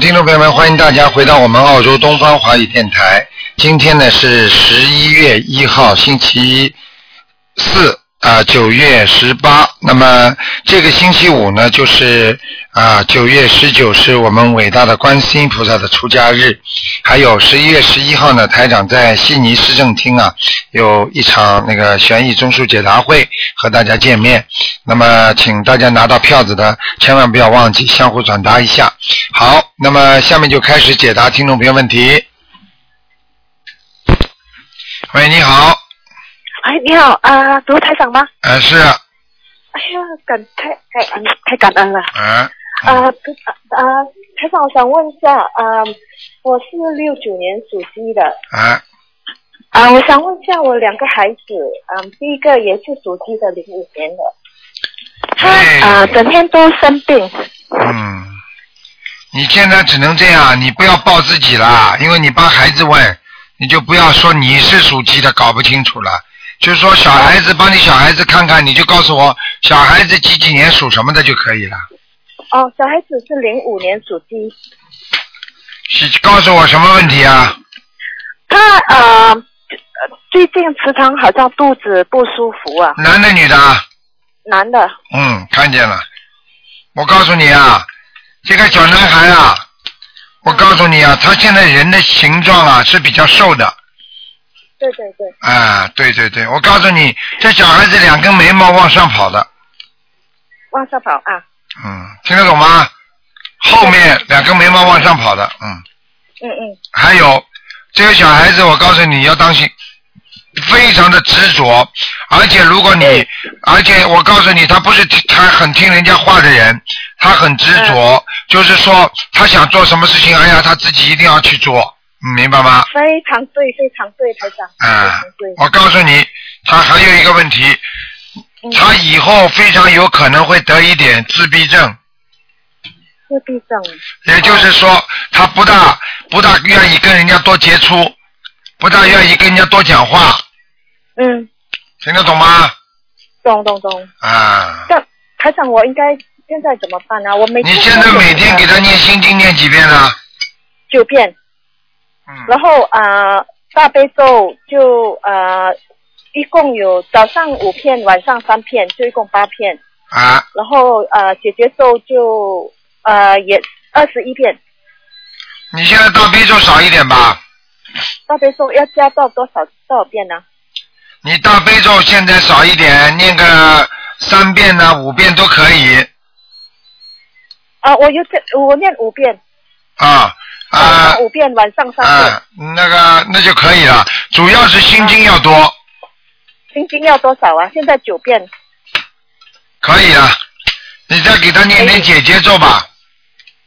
听众朋友们，欢迎大家回到我们澳洲东方华语电台。今天呢是十一月一号，星期四啊，九、月十八。那么这个星期五呢，就是啊，九、月十九是我们伟大的观世音菩萨的出家日。还有十一月十一号呢，台长在悉尼市政厅啊有一场那个悬疑综述解答会和大家见面。那么，请大家拿到票子的千万不要忘记相互转达一下。好，那么下面就开始解答听众朋友问题。喂，你好，哎，你好啊，卢、台长吗？呃，是，啊、哎呀，感太太恩太感恩了呃，啊！不啊，台长，我想问一下啊，我是六九年属鸡的啊，啊，我想问一下我两个孩子，啊，第一个也是属鸡的，零五年的，他哎呃啊整天都生病，嗯，你现在只能这样，你不要抱自己啦，因为你帮孩子问，你就不要说你是属鸡的，搞不清楚了。就是说，小孩子帮你小孩子看看，你就告诉我小孩子几几年属什么的就可以了。哦，小孩子是零五年属鸡，是告诉我什么问题啊？他啊呃最近时常好像肚子不舒服啊，男的女的啊？男的，嗯，看见了。我告诉你啊，这个小男孩啊，我告诉你啊，他现在人的形状啊是比较瘦的对对对，啊，对对对，我告诉你，这小孩子两根眉毛往上跑的，往上跑啊，嗯，听得懂吗？后面两根眉毛往上跑的，嗯，嗯嗯，还有这个小孩子，我告诉你要当心，非常的执着，而且如果你，而且我告诉你，他不是听他很听人家话的人，他很执嗯着，就是说他想做什么事情，哎呀，他自己一定要去做，你明白吗？非常对，非常对，台长，啊非常对，我告诉你，他还有一个问题，嗯他以后非常有可能会得一点自闭症，自闭症，也就是说，他不大不大愿意跟人家多接触，不大愿意跟人家多讲话，嗯，听得懂吗？懂懂懂。啊，但台长，我应该现在怎么办啊？我每你现在每天给他念心经念几遍啊呢？九遍，嗯，然后啊、呃大悲咒就呃一共有早上五片，晚上三片，就一共八片。啊，然后呃姐姐咒就呃也二十一片，你现在大悲咒少一点吧。大悲咒要加到多少多少遍呢、你大悲咒现在少一点，念个三遍呢、五遍都可以啊，我有这我念五遍，啊早啊上五遍，晚上三遍。啊，那个那就可以了。主要是心经要多，心经要多少啊？现在九遍。可以了。你再给他念可念以姐姐咒吧，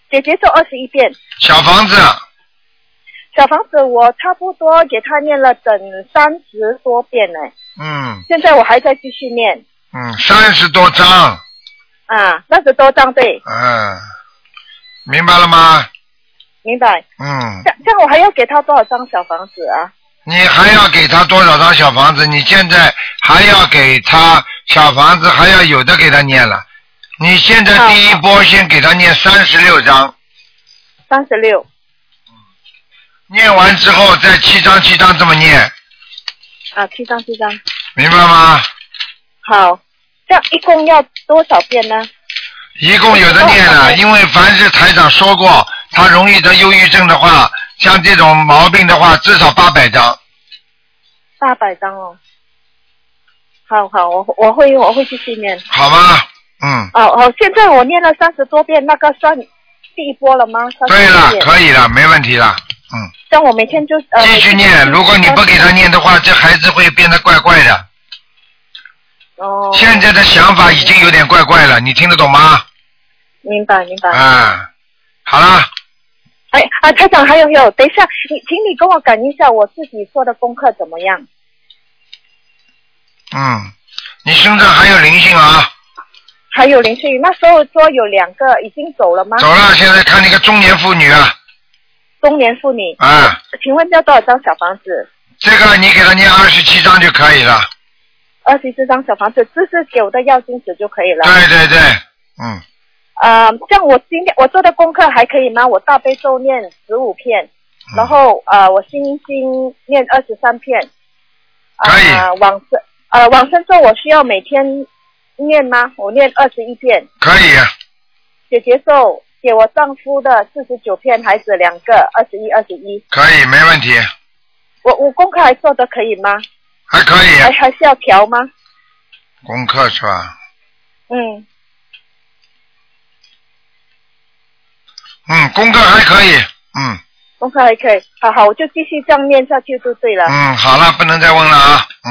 姐姐咒二十一遍，小房子。小房子我差不多给他念了整三十多遍呢，嗯现在我还在继续念嗯，三十多张，啊，三十多张对，嗯，明白了吗？明白？嗯这，样这样我还要给他多少张小房子啊？你还要给他多少张小房子？你现在还要给他小房子，还要有的给他念了。你现在第一波先给他念三十六章，三十六，念完之后再七章七章这么念，啊，七张七张，明白吗？好，这样一共要多少遍呢？一共有的念哦好了，的因为凡是台长说过，他容易得忧郁症的话，像这种毛病的话，至少八百张。八百张哦。好好，我我会我会继续念。好吗？嗯，哦哦，现在我念了三十多遍，那个算第一波了吗？30对了多，遍可以了，没问题了。嗯，像我每天就呃继续念。如果你不给他念的话，这孩子会变得怪怪的。哦，现在的想法已经有点怪怪了，你听得懂吗？明白明白。啊，好了，哎啊，台长还有有，等一下，你请你跟我感应一下我自己做的功课怎么样？嗯，你身上还有灵性啊，还有林翠雨，那时候说有两个已经走了吗？走了。现在看那个中年妇女啊，中年妇女，啊，请问要多少张小房子？这个你给他念二十七章就可以了。二十四张小房子，这是给我的药精子就可以了。对对对，嗯，呃，像我今天我做的功课还可以吗？我大悲咒念十五片，嗯然后呃，我心经念二十三片。可以呃，往生呃往生咒我需要每天念吗？我念二十一遍。可以啊，姐姐咒给我丈夫的四十九片，孩子两个，二十一二十一。可以，没问题，我我功课还做得可以吗？还可以啊还。还是要调吗？功课是吧？嗯，嗯，功课还可以，嗯功课还可以。好好，我就继续这样念下去就对了。嗯，好了，不能再问了啊，嗯，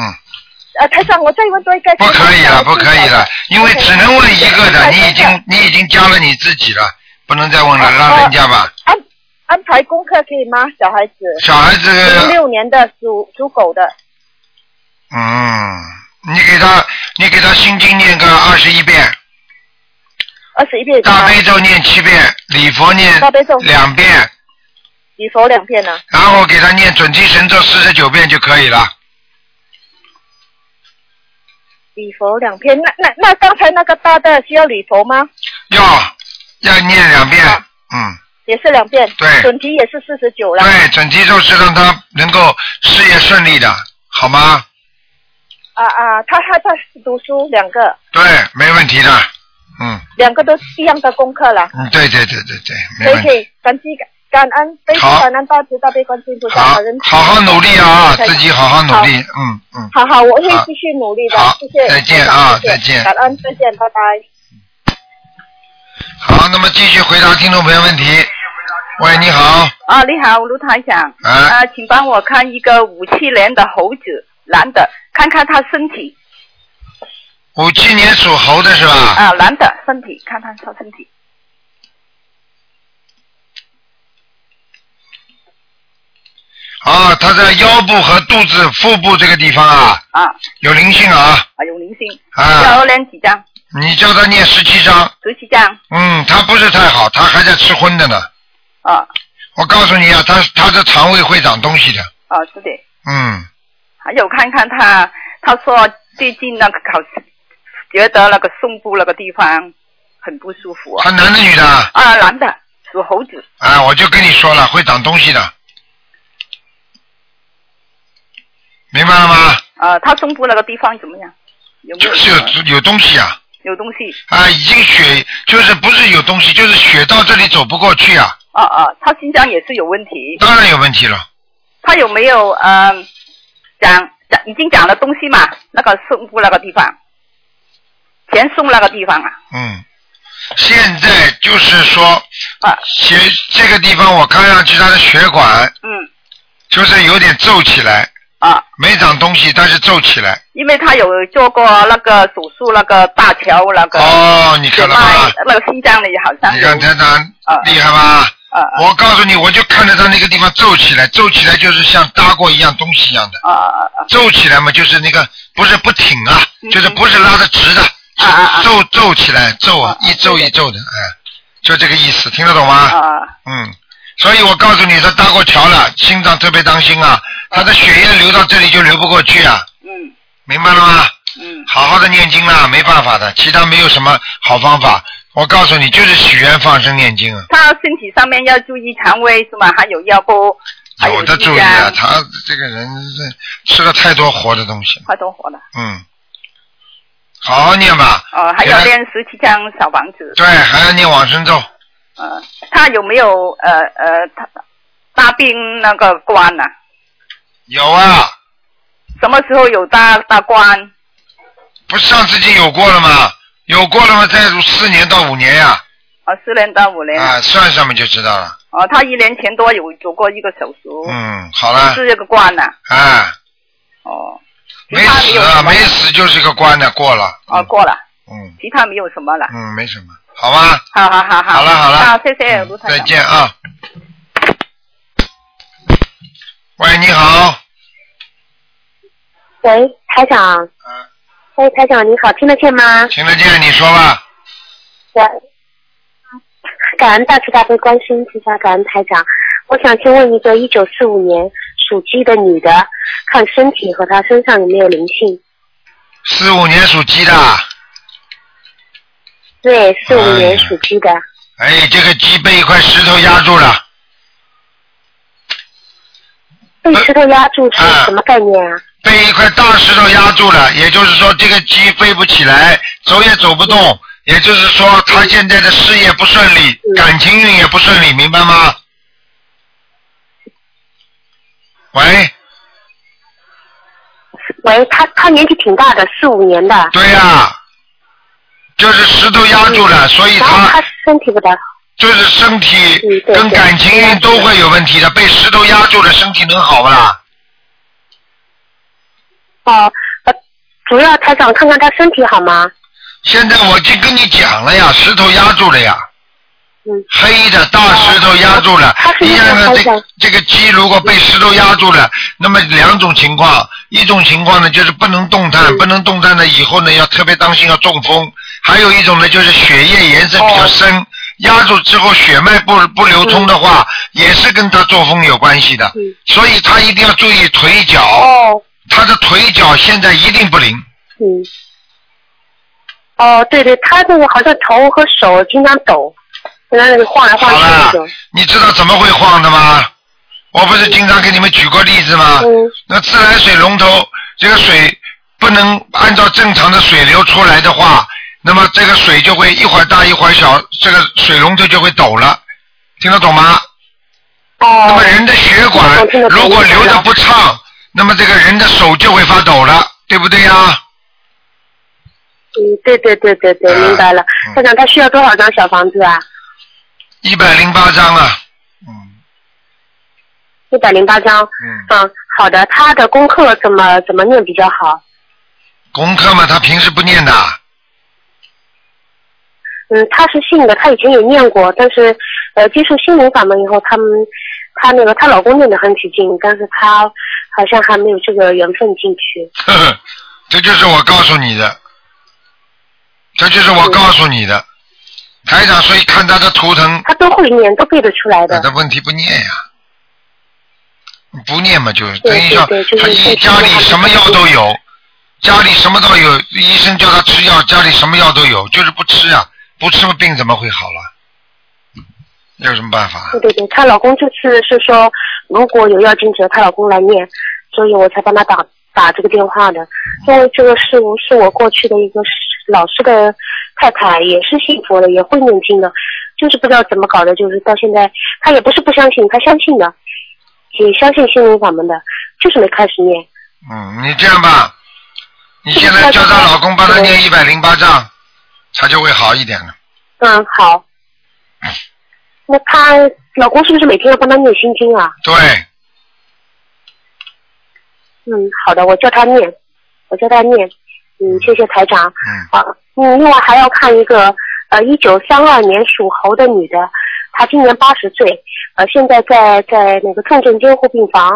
呃，台长，我再问多一个。不可以了，不可以了，因为只能问一个的，还有你已经你已经加了你自己了，不能再问了，让人家吧。安安排功课可以吗？小孩子，小孩子，零六年的属属狗的，嗯，你给他你给他心经念个二十一遍，二十一遍大悲咒念七遍，礼佛念大悲咒两遍，礼佛两遍呢、然后给他念准提神咒四十九遍就可以了。礼佛两遍。那那那刚才那个大的需要礼佛吗？要要念两遍，嗯，也是两遍。对准提也是四十九了。对，准提咒是让他能够事业顺利的，好吗？啊啊，他他他读书两个，对，没问题的，嗯，两个都一样的功课了。嗯，对对对对对，没可以问可题。以，感激感恩，非常好感恩大慈大悲观世音菩萨，好感恩，好好努力啊，台长自己好好努力，嗯嗯。好好，我会好继续努力的好，谢谢，再见非常啊谢谢再见感恩，再见，拜拜。好，那么继续回答听众朋友问题。喂，你好，啊，你好，卢台长。啊，啊，请帮我看一个五七年的猴子，男的，看看他身体五七年属猴的是吧？啊，男的身体，看看他身体。啊，他在腰部和肚子、腹部这个地方啊，啊有灵性啊，啊，有灵性。啊，要练几张？你叫他念十七章，十七张。嗯，他不是太好，他还在吃荤的呢。啊我告诉你啊，他他的肠胃会长东西的，啊，是的。嗯，还有看看他，他说最近那个考试，觉得那个胸部那个地方很不舒服啊。他男的女的啊？啊，男的，属猴子。啊，我就跟你说了，会长东西的，明白了吗？啊，他胸部那个地方怎么样？有没有就什是么有有东西啊，有东西？啊，已经血就是不是有东西，就是血到这里走不过去啊，啊啊，他心脏也是有问题。当然有问题了。他有没有呃讲讲已经讲了东西嘛？那个胸部那个地方，前胸那个地方啊，嗯，现在就是说啊，血这个地方，我看上去他的血管嗯就是有点皱起来，啊，没长东西，但是皱起来。因为他有做过那个手术，那个大桥那个哦，你血看了脉吧？，那个心脏里好像你有看台长啊厉害吧？啊啊我告诉你，我就看着他那个地方皱起来，皱起来就是像搭过一样东西一样的，啊啊啊皱起来嘛，就是那个不是不挺啊，嗯就是不是拉的直的，啊啊啊皱皱起来，皱啊，啊一皱一皱的，哎，就这个意思，听得懂啊吗？啊嗯，所以我告诉你，他搭过桥了，心脏特别当心啊，他的血液流到这里就流不过去啊，嗯明白了吗？嗯好好的念经啦，没办法的，其他没有什么好方法。我告诉你，就是许愿放生念经啊，他身体上面要注意肠胃是吗？还有腰部，还有的心注意啊脏，，他这个人这吃了太多活的东西了，快多活了。嗯，好好念吧。呃，还原有来练十七张小房子。对，还要念往生咒，呃，他有没有呃呃他大病那个关啊？有啊，什么时候有大大关？不是上次已经有过了吗？有过了吗？再四年到五年呀、哦，四年到五啊，年。算上面就知道了。哦，他一年前多有做过一个手术，啊嗯，好了，是这个关呐、啊，哦，其没他死有啊，什么没死就是个关的，过了。哦，过了，嗯其他没有什么了。嗯，没什么，好吧。好好好好。好了好了，好，谢谢嗯卢台长再。见啊。喂，你好。喂，台长。嗯喂，台长你好，听得见吗？听得见，你说吧。我感恩大慈大悲观世音菩萨，感恩台长。我想先问一个一九四五年属鸡的女的，看身体和她身上有没有灵性。四五年属鸡的，对，四五哎年呀属鸡的，哎，这个鸡被一块石头压住了，被石头压住是什么概念啊？被一块大石头压住了，也就是说这个鸡飞不起来，走也走不嗯动，也就是说他现在的事业不顺利，感情运也不顺利，明白吗？喂，喂，他他年纪挺大的，四五年的，对呀、就是石头压住了，所以然后他他身体不太好，就是身体嗯对跟对感情运都会有问题的，被石头压住了，身体能好不啦？哦、呃，主要台长看看他身体好吗？现在我就跟你讲了呀，石头压住了呀。嗯。黑的大石头压住了它，是你一想个想好嗯这像这个鸡如果被石头压住了，那么两种情况，一种情况呢就是不能动嗯弹，不能动弹呢以后呢要特别当心要中风，还有一种呢就是血液颜色比较深，哦压住之后血脉不不流通的话，也是跟他中风有关系的，嗯所以他一定要注意腿脚，哦，他的腿脚现在一定不灵。嗯，哦，对对，他那个好像头和手经常抖，在那里晃来晃好去那了种。，你知道怎么会晃的吗？我不是经常给你们举过例子吗？嗯那自来水龙头这个水不能按照正常的水流出来的话，那么这个水就会一会儿大一会儿小，这个水龙头就会抖了，听得懂吗？那哦么，人的血管我听得懂如果流的不畅，那么这个人的手就会发抖了，对不对呀？嗯，对对对对对，啊明白了嗯。他长，他需要多少张小房子啊？一百零八章啊，嗯一百零八张。嗯，嗯，好的。他的功课怎么怎么念比较好？功课嘛，他平时不念的。嗯，他是信的，他以前也念过，但是呃，接触心灵法门以后，他们他那个她老公念得很起劲，但是她好像还没有这个缘分进去。呵呵， 这就是我告诉你的，这就是嗯我告诉你的。台长，所以看他的图腾，哎她都会念，都背得出来的他。的问题不念呀、不念嘛就对等于说对对他就是一家里什么药都有，家里什么都有，医生叫他吃药，家里什么药都有，就是不吃啊，不吃嘛病怎么会好了？有什么办法啊对？对对，她老公这次是说，如果有要经者，她老公来念，所以我才帮她打打这个电话的。因为这个事务是我过去的一个老师的太太，也是信佛的，也会念经的，就是不知道怎么搞的，就是到现在她也不是不相信，她相信的，也相信心灵法门的，就是没开始念。嗯，你这样吧，你现在叫她老公帮她念一百零八章，她就会好一点了。嗯，好。那她老公是不是每天要帮她念心经啊？对。嗯，好的，我叫他念，我叫他念。嗯，谢谢台长。嗯啊，嗯，另外还要看一个，呃，一九三二年属猴的女的，她今年八十岁，呃，现在在在那个重症监护病房，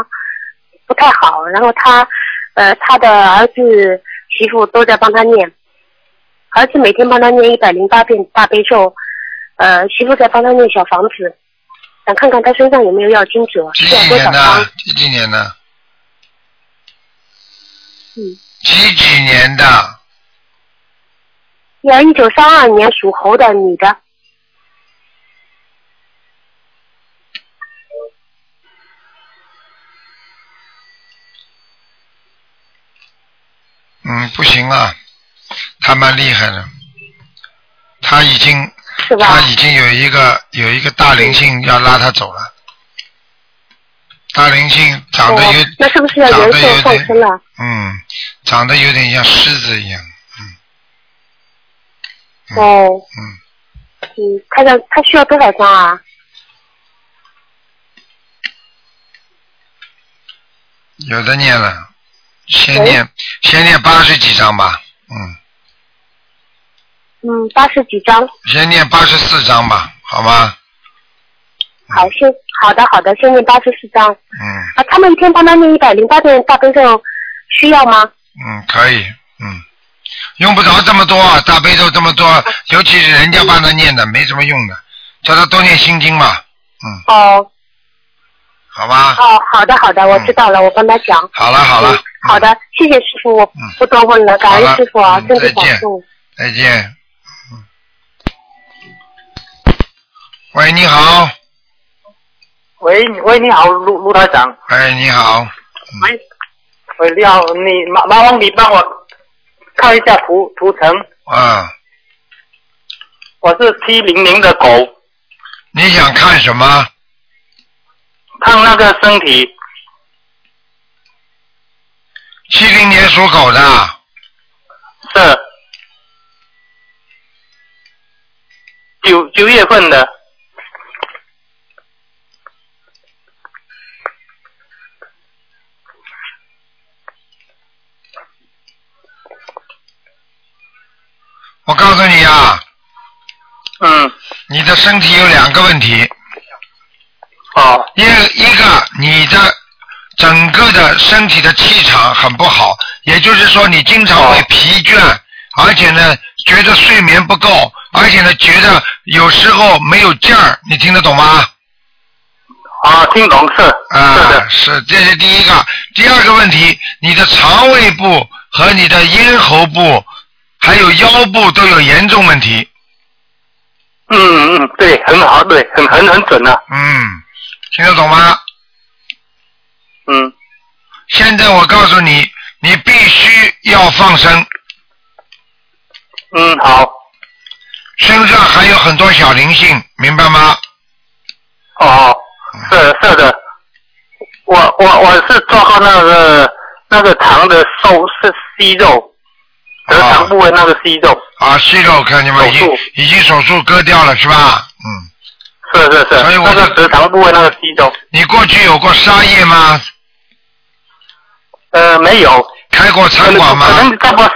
不太好。然后她，呃，她的儿子、媳妇都在帮她念，儿子每天帮她念一百零八遍大悲咒，呃，媳妇在帮她念小房子，想看看她身上有没有要经者，几需要几多年少张的？？几几年的？嗯。几几年的？要一九三二年属猴的女的，嗯，不行啊，他蛮厉害的，他已经是吧？嗯他已经有一个有一个大灵性要拉他走了，大灵性长得有哦，那是不是要长人得寿有放点生了？嗯，长得有点像狮子一样，嗯哦，嗯。嗯，他要他需要多少张啊？有的念了，先喂念先念八十几章吧，嗯，嗯，八十几张。先念八十四章吧，好吗？好，先好的好的，先念八十四张嗯啊。他们一天帮他念一百零八遍大悲咒，需要吗？嗯，可以，嗯，用不着这么多啊，大悲咒这么多，尤其是人家帮他念的，没什么用的，叫他多念心经嘛，嗯，哦好吧，哦，好的好的，嗯我知道了，我帮他讲。好了好了嗯，好的，谢谢师傅，我不多问了，感嗯好了恩师傅啊嗯，身体再保见重。再见。喂，你好，喂你喂，你好，卢卢台长。哎，你好，嗯喂，喂，你好，你麻麻烦你帮我看一下图图腾，啊，我是七零零的狗，你想看什么？看那个身体，七零年属狗的，是九九月份的，我告诉你啊，嗯，你的身体有两个问题，哦，一一个你的整个的身体的气场很不好，也就是说你经常哦会疲倦，而且呢觉得睡眠不够，而且呢觉得有时候没有劲儿，你听得懂吗？啊，听懂是，是啊的，，是，这是第一个。第二个问题，你的肠胃部和你的咽喉部，还有腰部都有严重问题。嗯嗯，对，很好，对，很很很准啊，嗯，听得懂吗？嗯，现在我告诉你，你必须要放生，嗯，好，身上还有很多小灵性，明白吗？哦，是是的，我我我是做过那个那个肠的瘦是息肉，得啊肠部位那个息肉，啊，息肉，看见吗？已经手术已经手术割掉了是吧？嗯，是是是，所以我那就个直肠部位那个息肉，你过去有过沙业吗？呃，没有，开过可餐能馆可吗？能差不多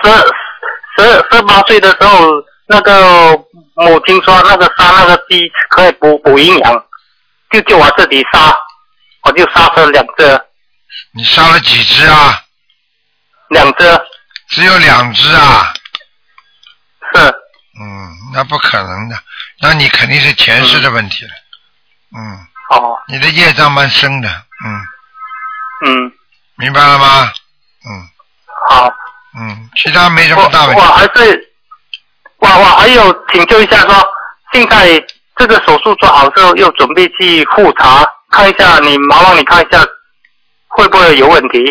十十十八岁的时候，那个母亲说那个杀那个鸡可以补补营养，就就我自己杀，我就杀了两只，你杀了几只啊？两只只有两只啊？是，嗯，那不可能的，那你肯定是前世的问题了。嗯，哦，你的业障蛮深的，嗯，嗯，明白了吗？嗯好。嗯，其他没什我么大问我题。还是我我还有请教一下说，现在这个手术做好之后，又准备去复查，看一下你麻烦你看一下会不会有问题？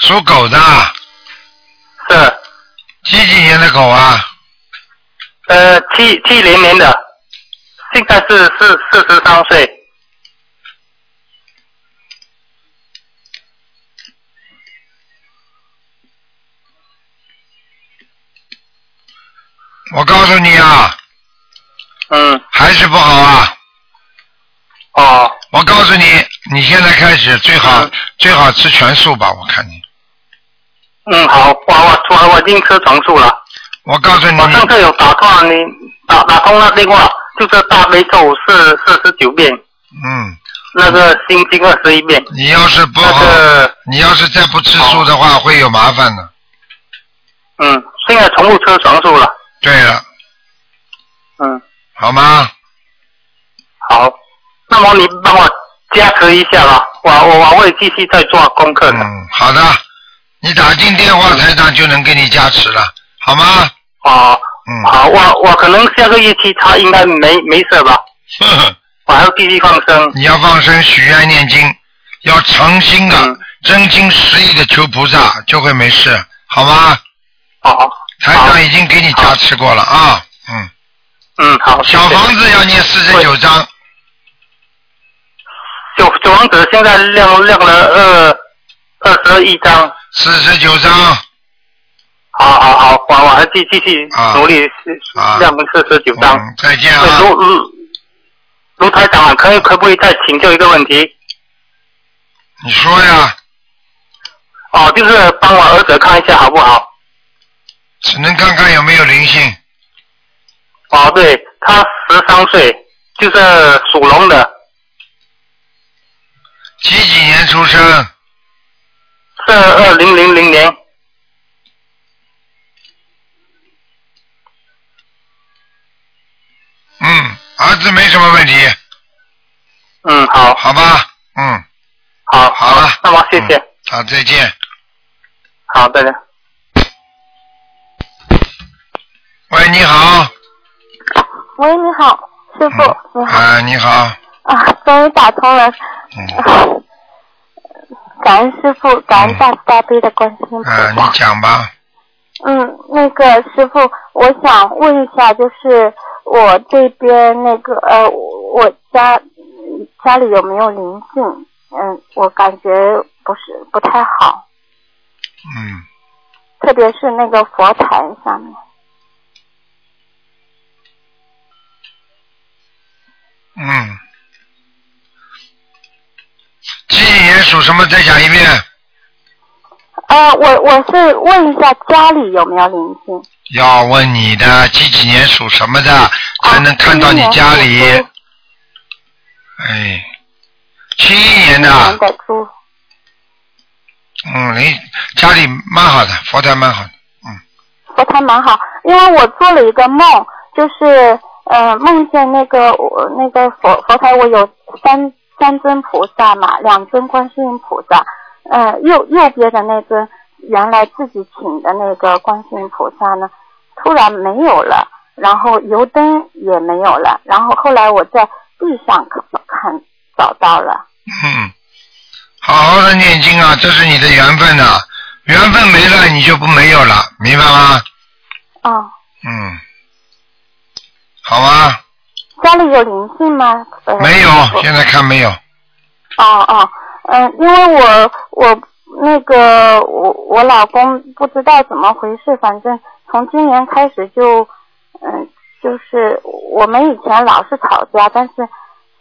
属狗的，是几几年的狗啊？呃七七零年的，现在是是四十三岁，我告诉你啊，嗯还是不好啊。哦我告诉你，你现在开始最好、嗯最好吃全素吧，我看你。嗯好，我我我我已经吃床素了，我告诉你，我上次有打通你打打通了电话，就是大悲咒是四十九遍，嗯，那个心经二十一遍，你要是不那好，个。你要是再不吃素的话，会有麻烦的。哦嗯，现在重复车床数了。对了，嗯，好吗？好，那么你帮我加持一下吧，我我我会继续再做功课的。嗯，好的，你打进电话，台长就能给你加持了， 好吗？哦，嗯，好，我我可能下个月去查，应该没没事吧？呵呵我还要继续放生。你要放生、许愿、念经，要诚心的、嗯真心实意的求菩萨，就会没事，好吗？哦，台好长已经给你加持过了啊，嗯，嗯，好。小房子要念四十九章，谢谢九九王子现在亮亮了二二十一张。四十九章，好好好，我我还继继续啊努力啊亮四十九张。嗯，再见对啊，卢卢卢台长啊，可以可不可以再请教一个问题？你说呀，哦，就是帮我儿子看一下好不好？只能看看有没有灵性，哦，对，他十三岁，就是属龙的，几几年出生，是二零零零年。嗯，儿子没什么问题，嗯，好，好吧，嗯，好，好了那么谢谢，嗯好，再见。好，再见。喂，你好，喂，你好，师傅，你好啊，你好，啊，终于打通了，嗯，啊感恩师傅，感恩大慈大悲的观世音菩啊，萨。你讲吧，嗯，那个师傅，我想问一下，就是我这边那个呃，我家家里有没有灵性？嗯，我感觉不是不太好，嗯，特别是那个佛台上面。嗯，鸡也属什么？再讲一遍，呃，我我是问一下家里有没有灵性？要问你的几几年属什么的，才能看到你家里。哎，七一年的，男的猪。嗯，你家里蛮好的，佛台蛮好的，佛台蛮好，因为我做了一个梦，就是呃梦见那个我那个佛佛台，我有三三尊菩萨嘛，两尊观世音菩萨，呃右右边的那尊原来自己请的那个观世音菩萨呢，突然没有了，然后油灯也没有了，然后后来我在地上看看找到了，嗯，好好的念经啊，这是你的缘分呐、缘分没了你就不没有了，明白吗？哦，嗯，好吧，家里有灵性吗？呃、没我有，现在看没有，哦哦，嗯，因为我我那个我我老公不知道怎么回事，反正从今年开始就，嗯，就是我们以前老是吵架，但是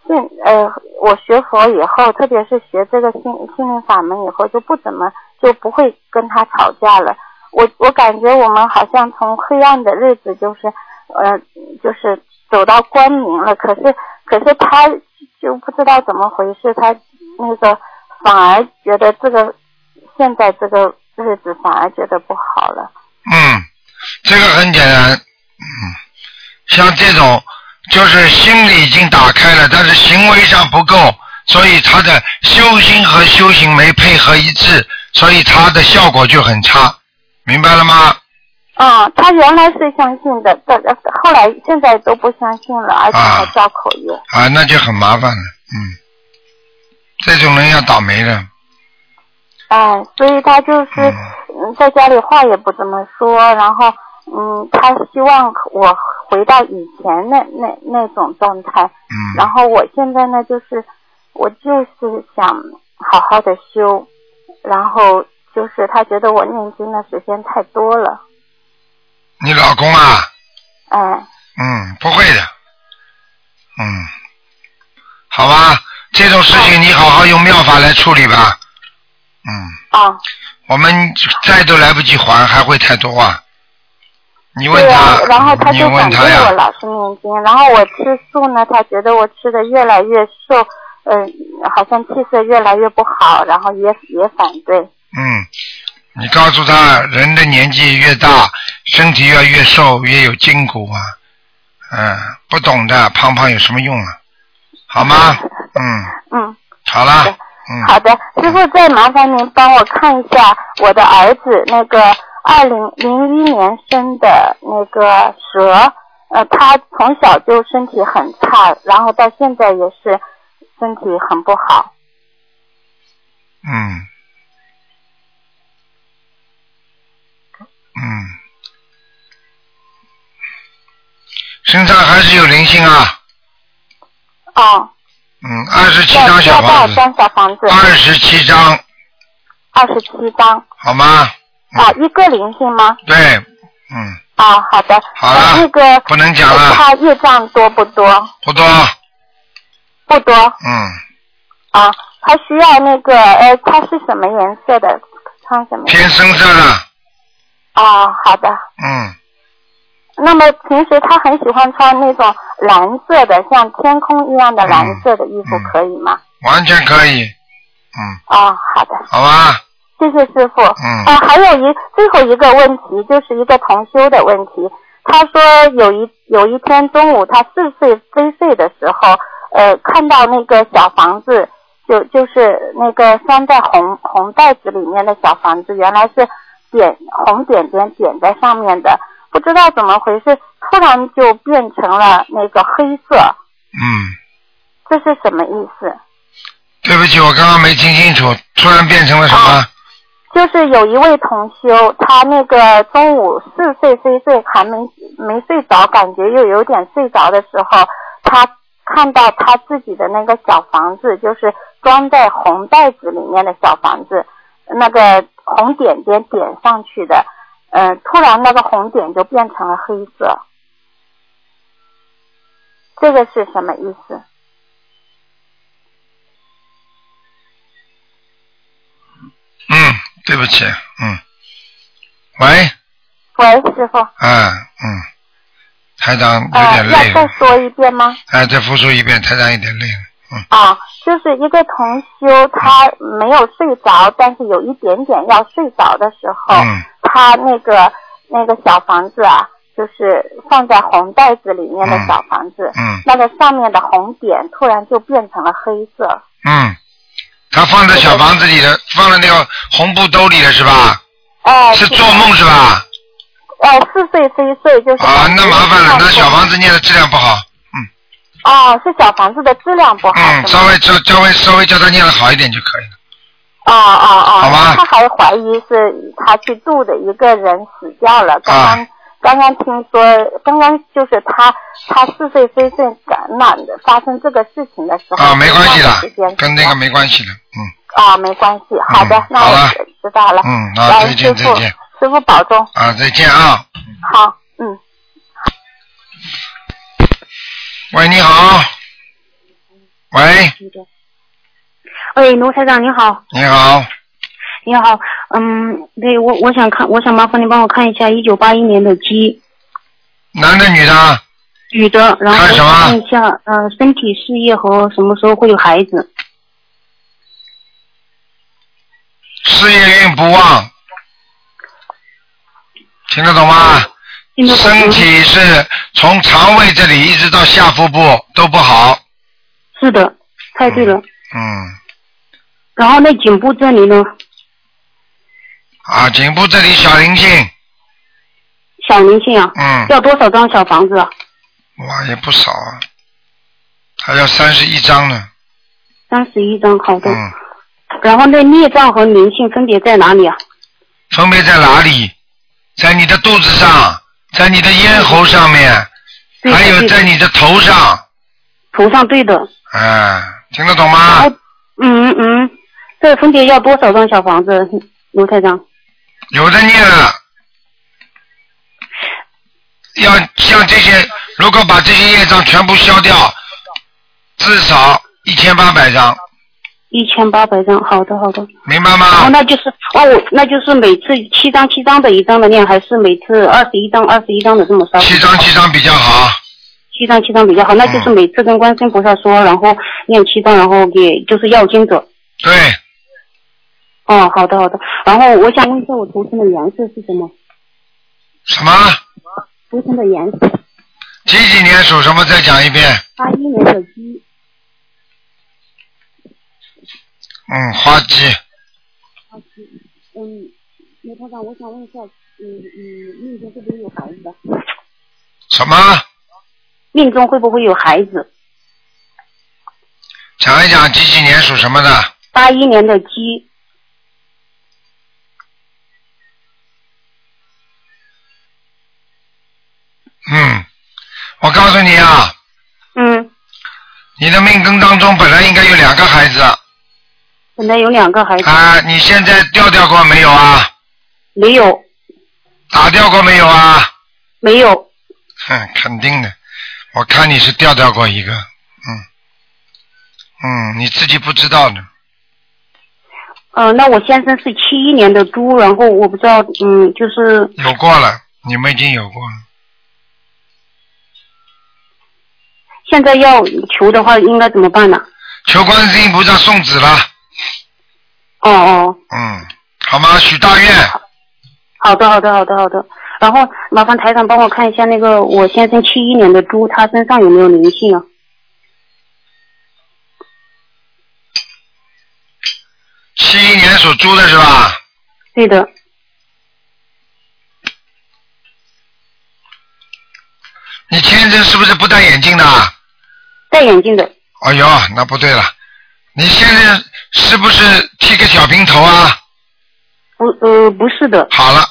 现呃我学佛以后，特别是学这个心心灵法门以后，就不怎么就不会跟他吵架了。我我感觉我们好像从黑暗的日子就是，呃，就是走到光明了。可是可是他就不知道怎么回事，他那个反而觉得这个现在这个日子反而觉得不好了。嗯，这个很简单，嗯，像这种就是心里已经打开了，但是行为上不够，所以他的修心和修行没配合一致，所以他的效果就很差，明白了吗？啊、他原来是相信的，但呃后来现在都不相信了，而且还造口业。啊，那就很麻烦了，嗯，这种人要倒霉的，哎，所以他就是嗯嗯，在家里话也不怎么说，然后嗯，他希望我回到以前那那那种状态。然嗯，后我现在呢，就是我就是想好好的修，然后就是他觉得我念经的时间太多了，你老公啊，哎，嗯，不会的，嗯，好吧，这种事情你好好用妙法来处理吧，嗯，啊，我们债都来不及还，还会太多啊，你问对他呀、然后，他你就问反对他我呀，老是念经，然后我吃素呢，他觉得我吃的越来越瘦，嗯、好像气色越来越不好，然后也也反对，嗯，你告诉他，人的年纪越嗯大，身体越越瘦，越有筋骨啊。嗯，不懂的，胖胖有什么用啊？好吗？嗯，嗯。好啦，对嗯，好的，师傅，再麻烦您帮我看一下我的儿子那个二零零一年生的那个蛇，呃，他从小就身体很差，然后到现在也是身体很不好。嗯，嗯，身上还是有灵性啊。哦，嗯，二十七要张要小多少房子，张小房子？二十七张，二十七张。好吗？啊，嗯一个灵性吗？对，嗯，啊，好的。好了啊呃那个不能讲了，他业障多不多？不多，不多嗯。啊。他需要那个呃，他是什么颜色的？穿什么颜色？偏深色的，哦，好的。嗯，那么平时他很喜欢穿那种蓝色的，像天空一样的蓝色的衣服嗯嗯，可以吗？完全可以，嗯，哦，好的，好吧，谢谢师傅。嗯啊，还有一最后一个问题，就是一个同修的问题。他说有一有一天中午，他四岁飞睡的时候，呃，看到那个小房子，就就是那个拴在红红袋子里面的小房子，原来是点红点点点在上面的，不知道怎么回事，突然就变成了那个黑色，嗯，这是什么意思？对不起，我刚刚没听清楚，突然变成了什哦么？就是有一位同修，他那个中午似睡非睡，还没没睡着，感觉又有点睡着的时候，他看到他自己的那个小房子，就是装在红袋子里面的小房子，那个红点点点上去的，嗯、突然那个红点就变成了黑色，这个是什么意思？嗯，对不起，嗯，喂，喂，师傅，啊，嗯，台长有呃，点累要再了，说一遍吗？哎，再复述一遍，台长有点累了，啊，就是一个同修，他没有睡着，但是有一点点要睡着的时哦候，嗯他那个那个小房子啊，就是放在红袋子里面的小房子，嗯那个上面的红点突然就变成了黑色。嗯，他放在小房子里嗯的，放在那个红布兜里的是吧？哎、是做梦是吧？哎，似睡非睡，就是啊，那麻烦了，那小房子子念的质量不好，哦，是小房子的质量哦不好，嗯，是吗稍微稍稍微稍微叫他念的好一点就可以了。哦哦哦，好吧他还怀疑是他去度的一个人死掉了。刚刚、啊刚刚听说，刚刚就是他他四岁非岁感染的发生这个事情的时候，啊，没关系是那段的时间，跟那个没关系的，嗯，啊没关系。好的，嗯那好我了知道了。嗯好来再见师傅再见师傅保重。啊，再见啊。好，嗯，喂，你好。喂，哎，卢台长你好，你好，你好，嗯，对我我想看，我想麻烦你帮我看一下一九八一年的鸡男的女的？女的，然后我看什想么看一下，呃，身体、事业和什么时候会有孩子。事业运不旺，听得懂吗？听得懂吗身体是从肠胃这里一直到下腹部都不好，是的，猜对了。嗯，然后那颈部这里呢，啊，颈部这里小灵性，小灵性啊，嗯，要多少张小房子啊？哇，也不少啊，还要三十一张呢，三十一张，好的。嗯，然后那孽障和灵性分别在哪里啊？分别在哪里？在你的肚子上，在你的咽喉上面，对的还有对的在你的头上，头上对的。哎，听得懂然吗后？，嗯嗯，这分别要多少张小房子，卢台长？有的念了，要像这些，如果把这些业障全部消掉，至少一千八百张，一千八百张，好的好的。明白然后吗？那就是哦，我那就是每次七张七张的一张的念，还是每次二十一张二十一张的这么烧？七张七张比较好，嗯七张七张比较好，那就是每次跟观世音菩萨说，然后念七张，然后给就是要经者。对，哦，好的好的。然后我想问一下，我头层的颜色是什么？什么？头层的颜色，几几年属什么？再讲一遍。八一年的鸡，嗯，花鸡，嗯，刘团长，我想问一下，嗯嗯，命中会不会有孩子啊的？什么？命中会不会有孩子？讲一讲几几年属什么的？八一年的鸡，嗯，我告诉你啊，嗯，你的命根当中本来应该有两个孩子啊、本来有两个孩子，你现在掉掉过没有啊？没有打掉过没有啊？没有，哼，肯定的，我看你是掉掉过一个，嗯，嗯，你自己不知道呢，呃，那我先生是七一年的猪，然后我不知道，嗯，就是有过了，你们已经有过了，现在要求的话，应该怎么办呢？求观世音菩萨送子了，哦哦，嗯，好吗？许大愿，好的好的好的好的。然后麻烦台长帮我看一下那个我先生七一年的猪，他身上有没有灵性啊？七一年属猪的是吧？对的，你前一阵是不是不戴眼镜的啊？戴眼镜的，哎呦，那不对了，你现在是不是剃个小平头啊？不呃不是的好了，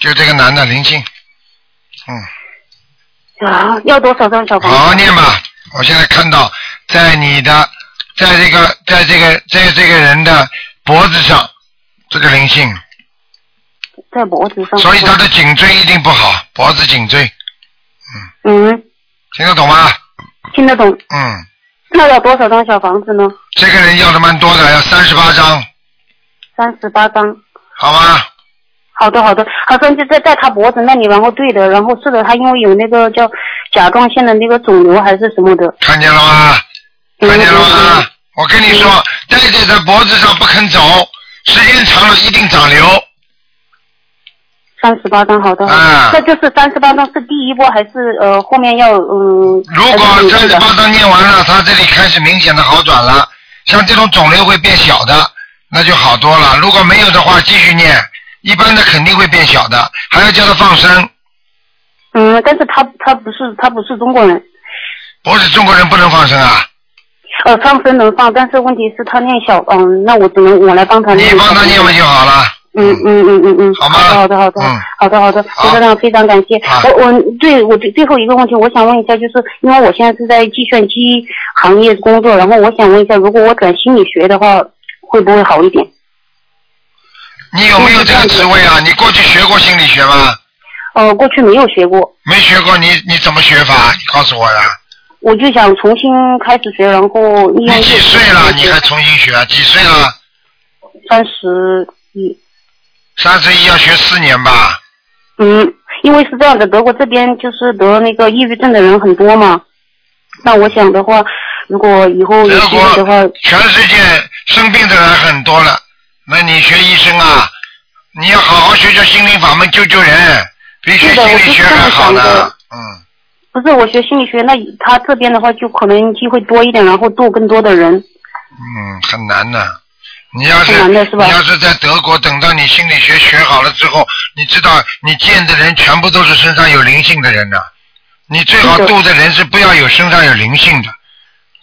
就这个男的灵性，嗯，啊，要多少张小房好子？好念吧。我现在看到，在你的，在这个，在这个，在这个人的脖子上，这个灵性，嗯在脖子上。所以他的颈椎一定不好，脖子颈椎，嗯，听得懂吗？听得懂。嗯，那要多少张小房子呢？这个人要的蛮多的，要三十八张，三十八张。好吗？好的，好的，好像就在在他脖子那里，然后对的，然后是的，他因为有那个叫甲状腺的那个肿瘤还是什么的，看见了吗？嗯看见了吗嗯？我跟你说，戴在他脖子上不肯走，时间长了一定长瘤。三十八张，好的，好的啊那就是三十八张是第一波还是呃后面要嗯？如还果是有三这十个八章念完了，他这里开始明显的好转了，像这种肿瘤会变小的，那就好多了。如果没有的话，继续念，一般的肯定会变小的，还要叫他放生。嗯，但是他他不是他不是中国人，不是中国人不能放生啊，呃，放生能放，但是问题是他念小嗯，那我只能我来帮他念你小房帮子。他念完就好了。嗯嗯嗯嗯嗯，好吗好的好的嗯好的好的，好刘科长非常感谢。啊我我对我最最后一个问题，我想问一下，就是因为我现在是在计算机行业工作，然后我想问一下，如果我转心理学的话，会不会好一点？你有没有这个职位啊？你过去学过心理学吗？呃，过去没有学过，没学过，你你怎么学法？你告诉我呀。我就想重新开始学，然后利你用几岁了？你还重新学？啊几岁了？三十一。三十一要学四年吧？嗯，因为是这样的，德国这边就是得那个抑郁症的人很多嘛。那我想的话，如果以后有德机会的话国，全世界生病的人很多了，那你学医生啊，你要好好学学心灵法门，救救人，比学是的心理学还好我就是这么想呢的。嗯，不是我学心理学，那他这边的话就可能机会多一点，然后度更多的人。嗯，很难的。你要是很难的是吧你要是在德国，等到你心理学学好了之后，你知道你见的人全部都是身上有灵性的人呢、你最好是的度的人是不要有身上有灵性的，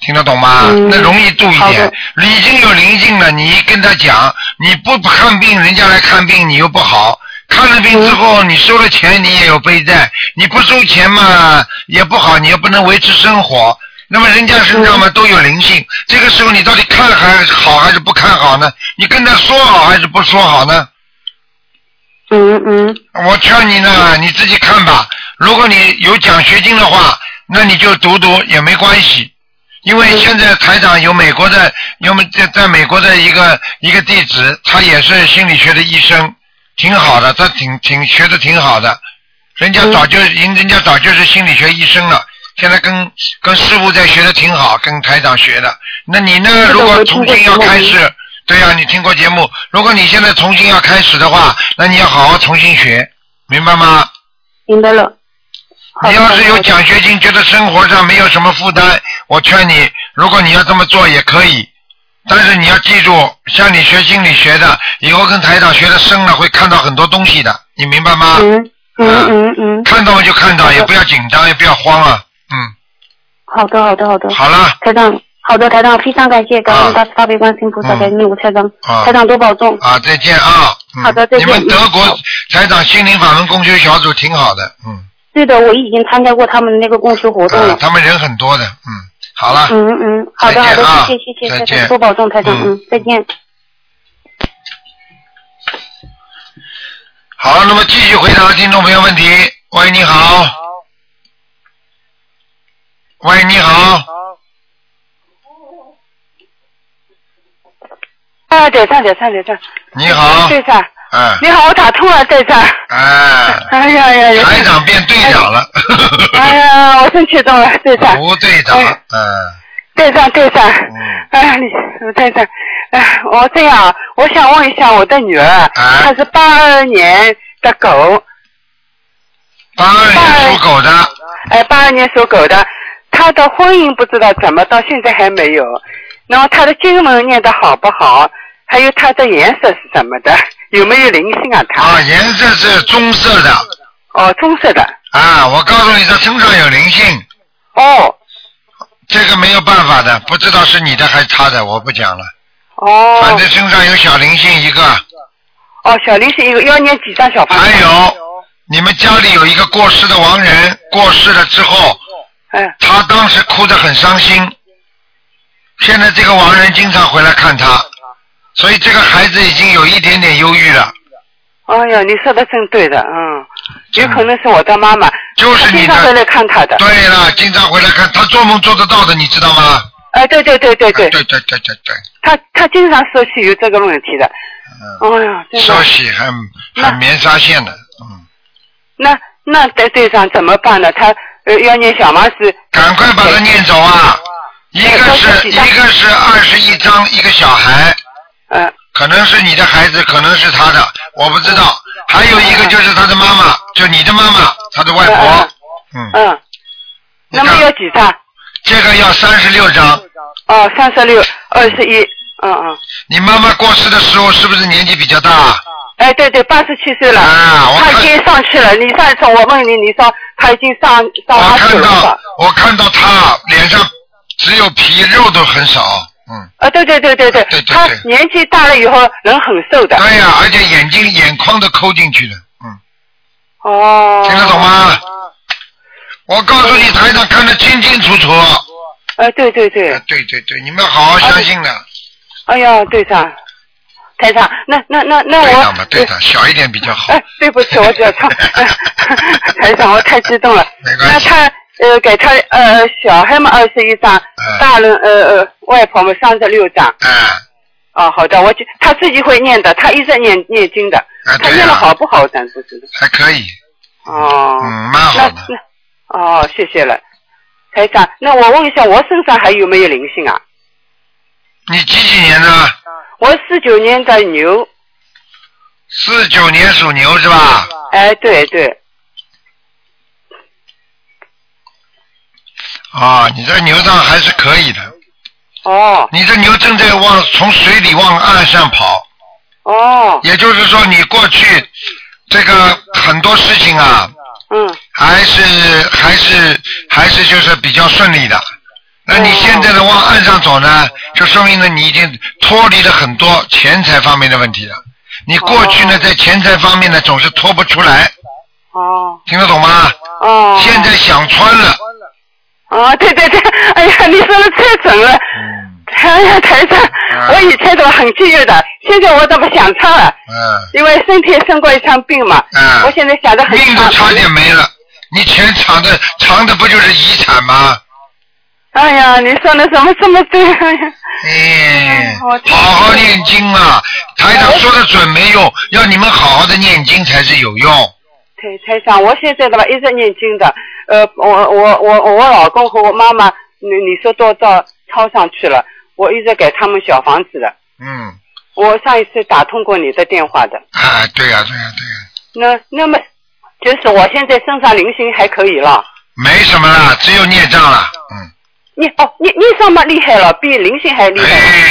听得懂吗？嗯那容易度一好点的。已经有灵性了，你一跟他讲，你不看病，人家来看病，你又不好。看了病之嗯后，你收了钱，你也有背债；你不收钱嘛，也不好，你又不能维持生活。那么人家身上嘛嗯都有灵性，这个时候你到底看还好还是不看好呢？你跟他说好还是不说好呢？嗯嗯我劝你呢，你自己看吧。如果你有奖学金的话，那你就读读也没关系，因为现在台长有美国的，有美在在美国的一个一个弟子，他也是心理学的医生，挺好的，他挺挺学的挺好的，人嗯家早就人人家早就是心理学医生了。现在跟跟师傅在学的挺好，跟台长学的。那你呢？的如果我听重过新节要目开始，对呀、你听过节目。如果你现在重新要开始的话，那你要好好重新学，明白吗？明白了。好你的要是有好的奖学金，觉得生活上没有什么负担，我劝你，如果你要这么做也可以，但是你要记住，像你学心理学的，以后跟台长学的深了，会看到很多东西的，你明白吗？嗯嗯嗯嗯，看到就看到，好的也不要紧张，也不要慌啊。嗯，好的好的好的，好了，台长，好的台长，非常感谢，感啊恩大慈大悲观世音菩萨，嗯感恩我台长，啊台长多保重。啊，再见啊。嗯、好的再见你们德嗯好国台长心灵法门共修小组挺好的，嗯，对的，我已经参加过他们那个共修活动啊了，。他们人很多的，嗯，好了。嗯嗯，好的再好见的，啊谢谢谢谢再台见长，多保重台长，嗯嗯，再见。好，那么继续回答听众朋友问题。喂，你好。好，喂，哎你好。好，啊，对上对上对上，你好。对上，哎你好，我打通了，对上。哎，哎呀呀呀！台长变队长了。哦哎呀，我真激动了，队长，吴队长，哎嗯队长，队长，嗯，哎，你队长，哎，我这样，我想问一下我的女儿，啊哎她是八二年的狗，八二年属狗的，哎，八二年属狗的，她的婚姻不知道怎么到现在还没有，然后她的经文念得好不好，还有她的颜色是什么的，有没有灵性啊？她啊，颜色是棕色的，哦，棕色的，啊，我告诉你，他身上有灵性，哦这个没有办法的，不知道是你的还是他的，我不讲了。哦反正身上有小灵性一个，哦，小林是一个要念几张小房啊子？还有你们家里有一个过世的亡人，过世了之后，嗯，他当时哭得很伤心。现在这个亡人经常回来看他，所以这个孩子已经有一点点忧郁了。哎呀，你说的真对的，嗯，有可能是我的妈妈，就是你她经常回来的。看她的，对了，经常回来看，他做梦做得到的，你知道吗？哎，对对对对对对，对对对对对，她她经常说是有这个问题的，嗯，哎呀，真的消，息很很棉纱线的，嗯，那那队队长怎么办呢？她呃要念小王子，赶快把它念走啊！一个是一个是二十一张一个小孩，嗯可能是你的孩子，可能是他的，我不知道。还有一个就是他的妈妈，就你的妈妈，他的外婆，嗯，嗯，你那么看要几张？这个要三十六张。哦，三十六，二十一，嗯嗯，你妈妈过世的时候是不是年纪比较大？哎对对，八十七岁了。啊，我他已看经上去了。你上次我问你，你说他已经上上我阿九看了是吧到？我看到他脸上只有皮肉都很少，嗯，啊，对对对对对，对对对他年纪大了以后人很瘦的。对呀、而且眼睛眼眶都抠进去了，嗯。哦。听得懂？吗？我告诉你，台长看得清清楚楚。哎，对对对哎，对对对，你们好好相信的。哎呀，队长，台长，那那那那队我长嘛，队长，小一点比较好哎。，对不起，我只 要唱，台长，我太激动了。没关那系，他呃，给他呃小孩嘛二十一张，嗯大人呃呃外婆嘛三十六张。哎，哦，好的，我就他自己会念的，他一直念念经的，啊他对念呀的好不好？咱不知道。还可以，哦，嗯，蛮好那的。那哦，谢谢了，台长。那我问一下，我身上还有没有灵性啊？你几几年的？我四九年的牛，四九年属牛是吧？哎，对对，啊，你这牛上还是可以的。哦你这牛正在往从水里往岸上跑，哦，也就是说，你过去这个很多事情啊，嗯，还是还是还是就是比较顺利的。那哦你现在的往岸上走呢，就说明呢你已经脱离了很多钱财方面的问题了。你过去呢，在钱财方面呢总是脱不出来，哦听得懂吗？哦，现在想穿了，哦，对对对， 哎呀，你说的太准了，嗯哎呀，台长，啊我以前怎么很节约的，现在我怎么想差了？嗯因为身体生过一场病嘛，我嗯，现在想的很命都差差点没了。你钱藏的藏的不就是遗产吗？哎呀，你说的怎么这么对？哎 呀，哎哎我，知道好好念经啊！台长说的准没用，要你们好好的念经才是有用。台台长，我现在的吧一直念经的，呃，我我我我老公和我妈妈，你你说都到超上去了，我一直给他们小房子的。嗯。我上一次打通过你的电话的，啊，对呀、对呀、对呀、那那么就是我现在身上灵性还可以了，没什么啦，只有孽障啦。嗯，你哦你你上嘛厉害了，比灵性还厉害。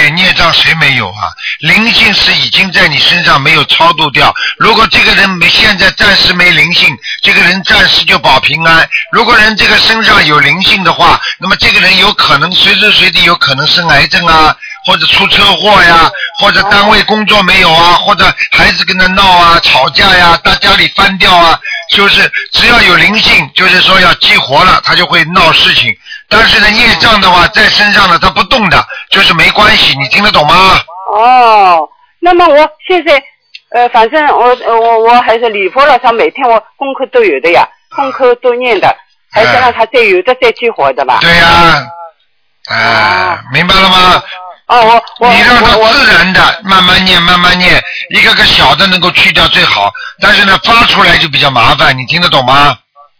哎，孽障谁没有啊？灵性是已经在你身上没有超度掉。如果这个人没现在暂时没灵性，这个人暂时就保平安。如果人这个身上有灵性的话，那么这个人有可能随时随地有可能生癌症啊，或者出车祸呀、哦或者单位工作没有啊，或者孩子跟他闹啊、吵架呀、大家里翻掉啊，哦就是只要有灵性，就是说要激活了，他就会闹事情。但是呢，业障的哦话在身上呢，它不动的，就是没关系，你听得懂吗？哦，那么我现在呃，反正我呃我我还是礼佛了，他每天我功课都有的呀，功课都念的，还是让他再有的再激活的吧。对呀、啊，明白了吗？哦，我我你让它我我自然的慢慢念，慢慢念，一个个小的能够去掉最好，但是呢，发出来就比较麻烦，你听得懂吗？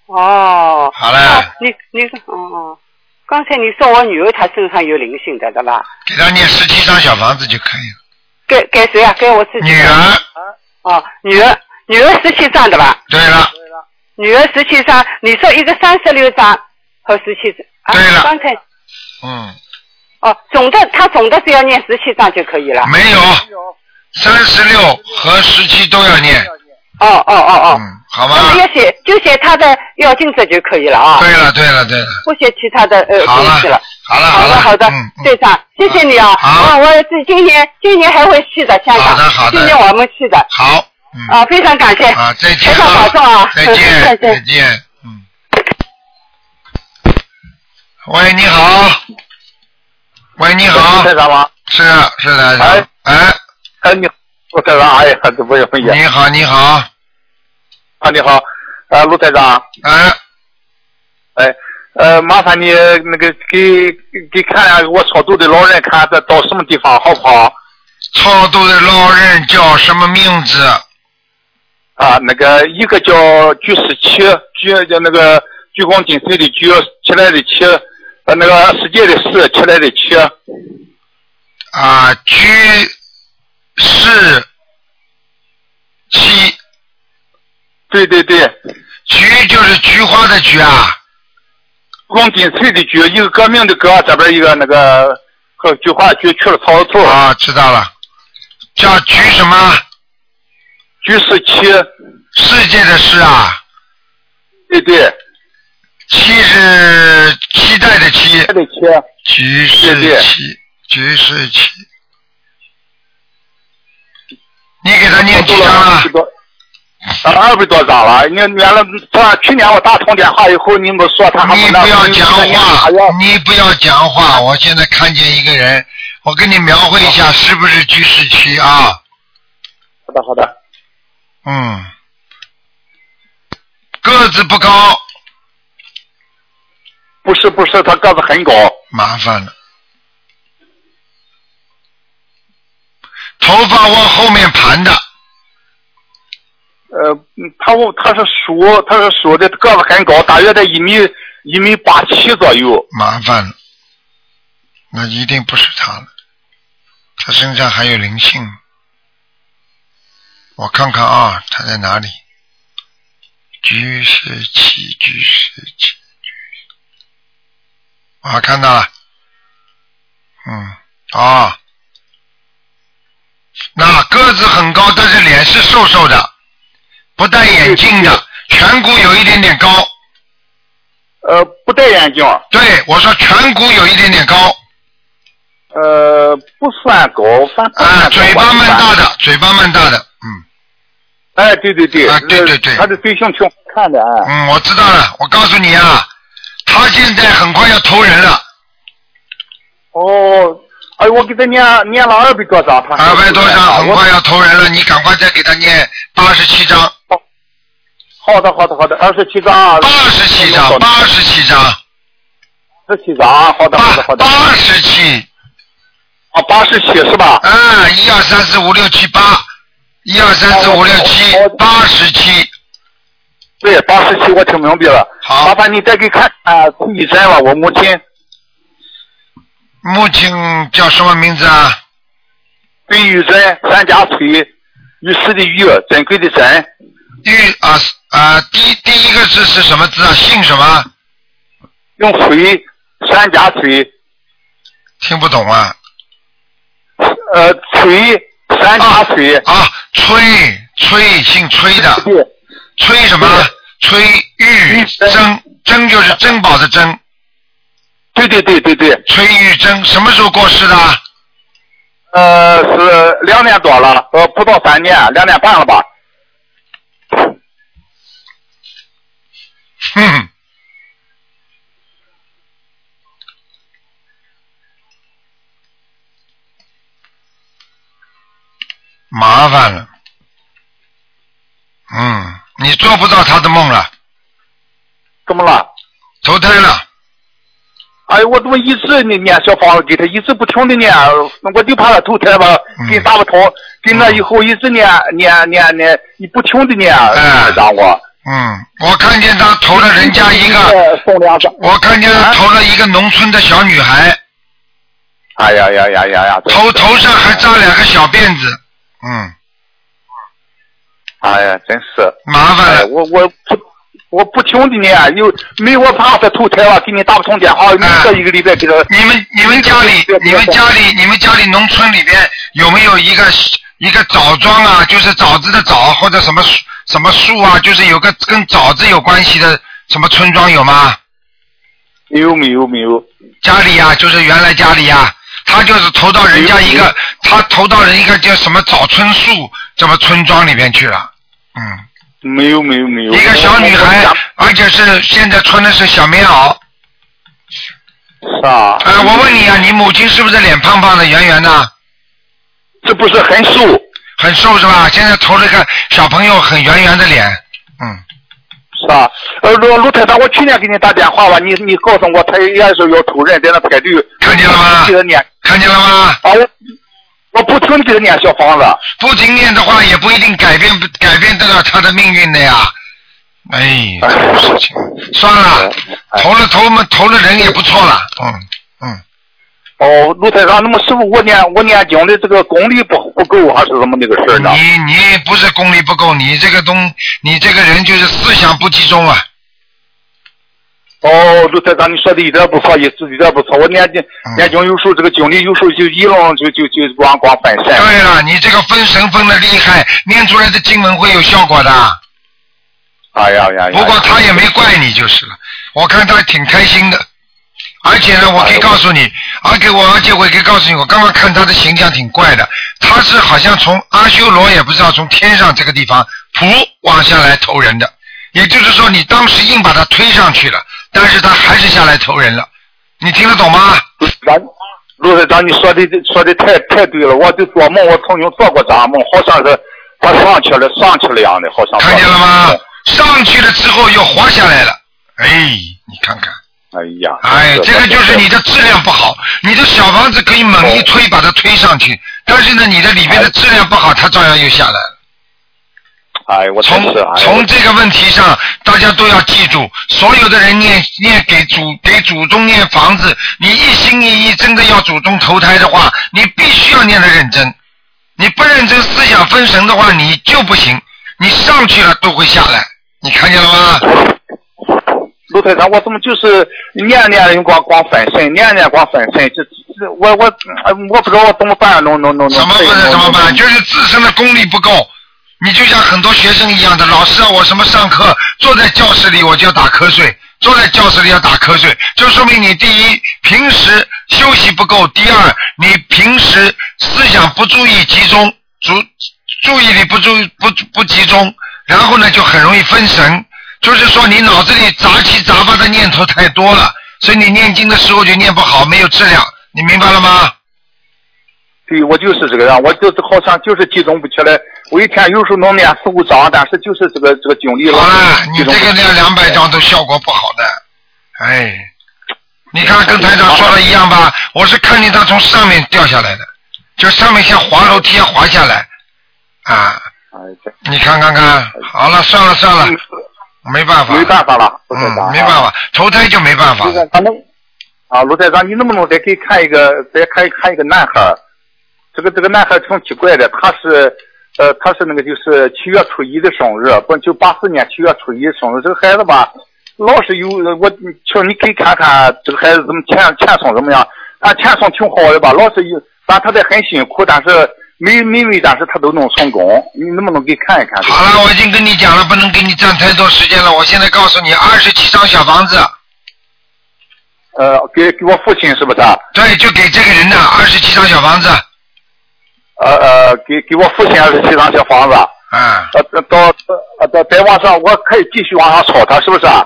哦，好了，哦你你哦哦，刚才你说我女儿她身上有灵性的，对吧？给他念十七张小房子就可以了。给给谁啊？给我自己。女。儿，哦，女儿，女儿十七张的吧？对了，女儿十七张，你说一个三十六张和十七张。啊、对了刚才嗯，哦，总的她总的只要念十七张就可以了。哦没有，三十六和十七都要念，哦哦哦哦，嗯，好吗？那么要写就写他的要镜子就可以了啊，对了对了对了，不写其他的呃好东了西了。好了好了，好的嗯，嗯队长，谢谢你啊！好啊，我这今年今年还会去的，香港，好的好的今年我们去的好，嗯，啊，非常感谢，啊，再非见常保了，重啊，再见 再见 再见，嗯。喂，你好，喂，你好，台长吗？是啊是台哎长，哎，哎，你好，陆台长，哎呀，很不容易啊你好你好，啊！你好，啊，陆台长，哎，哎，呃，麻烦你呃那个给给看下我超度的老人，看他到什么地方好不好？超度的老人叫什么名字？啊，那个一个叫鞠十七，鞠叫那个鞠躬尽瘁的鞠，起来的起，呃，那个世界的世，起来的起，啊，居士七，对对对，菊就是菊花的菊啊，鞠躬尽瘁的鞠，一个革命的革，这边一个那个和菊花菊去了草字头，啊，知道了，叫菊什么？鞠十七，世界的世啊，对对，期是期待的期起，来的起，菊是期，菊是期。你给他念几张了差不？多啊，二百多张了。你原来他去年我打通电话以后，你们说他还你能不要讲话还要，啊你不要讲话。我现在看见一个人，我给你描绘一下是不是菊是期啊？好的好的，嗯，个子不高，不是不是，他个子很高，麻烦了。头发往后面盘的，呃，嗯他他是属他是属的个子很高，大约在一米一米八七左右。麻烦了，那一定不是他了，他身上还有灵性。我看看啊，他在哪里？居士七，居士七，居士啊，看到了，嗯，啊，那个子很高，但是脸是瘦瘦的，不戴眼镜的，颧骨有一点点高。呃，不戴眼镜，对，我说颧骨有一点点高，呃，不算高，反正不算啊，高嘴巴蛮大。的，嘴巴蛮大的，嗯哎，对对对，啊对对对他的对象挺好看的啊。嗯，我知道了，我告诉你啊，他现在很快要投人了，哦，哎，我给他念念了二百多张，他还二百多啊张，很我快要投人了，你赶快再给他念八十七张，好的，好的，好的，二十七张，啊八十七张，八十七张，十七张，啊好的，好的，八好的，八十七，啊，八十七是吧？啊，一二三四五六七八，一二三四五六七，八十七，哦对，八十七我听明白了。好麻烦你再给看啊，第一针吧，我母亲母亲叫什么名字啊？对玉针三家崔，玉石的玉，珍贵的珍，玉啊啊，第第一个字是什么字啊？姓什么？用崔三家崔，听不懂啊。呃，崔三家崔，啊，崔崔姓崔的，对，崔什么？崔玉玉珍珍，珍就是珍宝的珍，对对对对对，崔玉珍什么时候过世的？呃，是两年多了，呃，不到三年，两年半了吧？哼， 麻烦了。嗯，你做不到他的梦了，怎么了？投胎了。哎，我怎么一直呢念小房子给他，一直不停的念，啊我就怕他投胎吧嗯，给打不通。给那以后一直念念念念，你不停的念，啊哎让我嗯，我看见他投了人家一个，呃送两张。我看见他投了一个农村的小女孩。哎呀呀呀呀呀！头头上还扎两个小辫子，嗯，哎呀，真是，麻烦哎，了，我我不我不停的念，又没我怕他投胎了，给你打不通电话，哎每隔一个礼拜给他。你们你们家里你们家里你们家里农村里边有没有一个一个枣庄啊，就是枣子的枣或者什么树什么树啊，就是有个跟枣子有关系的什么村庄有吗？有没有没有？家里呀、就是原来家里呀、他就是投到人哎家一个，他投到人一个叫什么枣村树什么村庄里面去了，嗯。没有没有没有。一个小女孩，而且是现在穿的是小棉袄。是啊。哎、我问你啊，你母亲是不是脸胖胖的、圆圆的？这不是很瘦？很瘦是吧？现在投了个小朋友很圆圆的脸，是吧？呃，卢卢台长，我去年给你打电话吧，你你告诉我他也是要投人，在那排队，看见了吗给他念，看见了吗？啊，我我不停地给他念小房子，不停念的话也不一定改变不改变得了她的命运的呀。哎，这种事情算哎了，投了投嘛，投了人也不错了，嗯。哦，卢台长，那么师傅，我念我念经的这个功力不不够，还是怎么那个事儿呢？你你不是功力不够，你这个东，你这个人就是思想不集中啊。哦，卢台长，你说的一点不错，一一点不错。我念经嗯念经，有时候这个精力，有时候就一愣，就就就光光分神。对了，你这个分神分的厉害，念出来的经文会有效果的。哎呀呀呀！不过他也没怪你就是了，我看他挺开心的。而且呢，哎我可以告诉你，而且我而且我可以告诉你，我刚刚看他的形象挺怪的，他是好像从阿修罗也不知道从天上这个地方噗往下来投人的，也就是说你当时硬把他推上去了，但是他还是下来投人了，你听得懂吗？咱卢台长，你说的说的太太对了，我就做梦，我曾经做过这样梦，好像是他上去了，上去了一样的，好像嗯看见了吗？上去了之后又滑下来了，哎，你看看。哎呀，哎，这个就是哦你的质量不好，你的小房子可以猛一推把它推上去，但是呢，你的里面的质量不好，它照样又下来了。哎，我从从这个问题上，大家都要记住，所有的人念念给祖给祖宗念房子，你一心一意真的要祖宗投胎的话，你必须要念得认真，你不认真思想分神的话，你就不行，你上去了都会下来，你看见了吗？卢台长，我怎么就是年年光光分神，年年光分神，这这我我哎我不知道我怎么办，弄弄弄弄。怎么不能怎么办？就是自身的功力不够。你就像很多学生一样的，老师啊让我什么上课，坐在教室里我就要打瞌睡，坐在教室里要打瞌睡，就说明你第一平时休息不够，第二你平时思想不注意集中，注注意力不注不不集中，然后呢就很容易分神，就是说你脑子里杂七杂八的念头太多了，所以你念经的时候就念不好，没有质量，你明白了吗？对，我就是这个样，我就是好像就是集中不起来。我一天有时候能念四五章，但是就是这个这个精力了。啊，你这个那两百张都效果不好的，哎，你看跟台长说的一样吧？我是看见他从上面掉下来的，就上面像滑楼梯一样滑下来，啊，你看看看，好了，算了算了，哎没办法，没办法了，嗯，没办法，投胎就没办法卢。台长，能啊，卢台长，你能不能再给看一个，再看看一个男孩儿？这个这个男孩儿挺奇怪的，他是呃，他是那个就是七月初一的生日，不就八四年七月初一的生日。这个孩子吧，老是有我，请你可以看看这个孩子怎么前前程怎么样。他前程挺好的吧，老是有，但他在很辛苦，但是每每每，但是他都能成功。你能不能给看一看？好了，我已经跟你讲了，不能给你占太多时间了。我现在告诉你，二十七张小房子，呃，给给我父亲是不啊是？对，就给这个人的二十七张小房子。呃呃，给给我父亲二十七张小房子。嗯。呃，到呃到再往上，我可以继续往上抄他，是不是？啊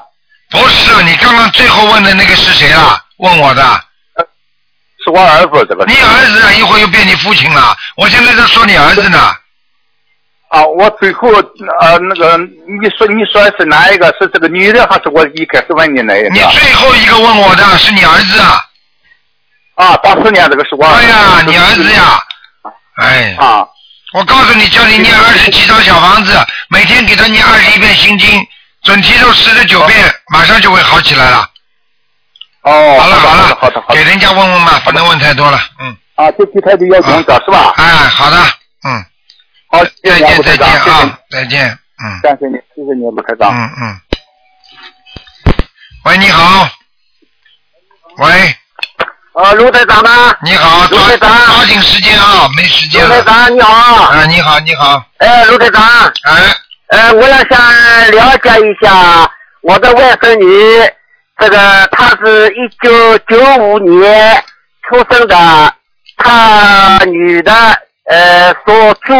不是，你刚刚最后问的那个是谁啦？问我的。是我儿子，这个。你儿子啊，一会儿又变你父亲了。我现在在说你儿子呢。啊，我最后呃那个，你说你说是哪一个？是这个女的还是我一开始问你那一个？你最后一个问我的是你儿子啊。啊，八四年这个是我。对呀，你儿子呀。哎。啊。我告诉你，叫你念二十七张小房子，每天给他念二十一遍心经，准提咒四十九遍，马上就会好起来了。哦，好了好了，好的好的，给人家问问吧，不能问太多了，嗯。啊，就给他的要求者是吧？哎，好的，嗯。好，再谢谢见卢再台见长谢谢你啊，再见，嗯。感谢你，谢谢你，卢台长。嗯嗯。喂，你好。喂。呃，卢台长呢？你好，卢台抓长，抓紧时间啊，没时间卢台了。长你好。啊，你好，你好，哎，卢台长，哎，呃，我要想了解一下我的外甥女，这个她是一九九五年出生的，她女的，呃，属猪，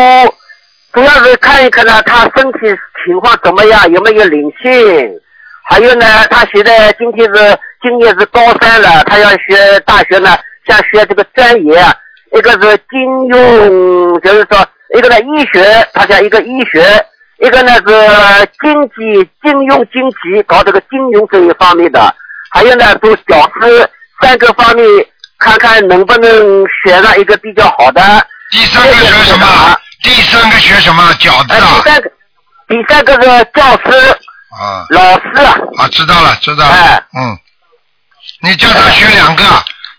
主要是看一看呢，她身体情况怎么样，有没有灵性，还有呢，她现在今天是今年是高三了，她要学大学呢，想学这个专业，啊一个是金融，就是说一个呢医学，他想一个医学，一个呢是经济金融经济，搞这个金融这一方面的，还有呢做小吃三个方面，看看能不能选上一个比较好的。第三个学什么？第三个学什么？饺子呃，第啊！三个，第三个是教师啊老师啊，啊，知道了，知道哎了。嗯，你叫他学两个，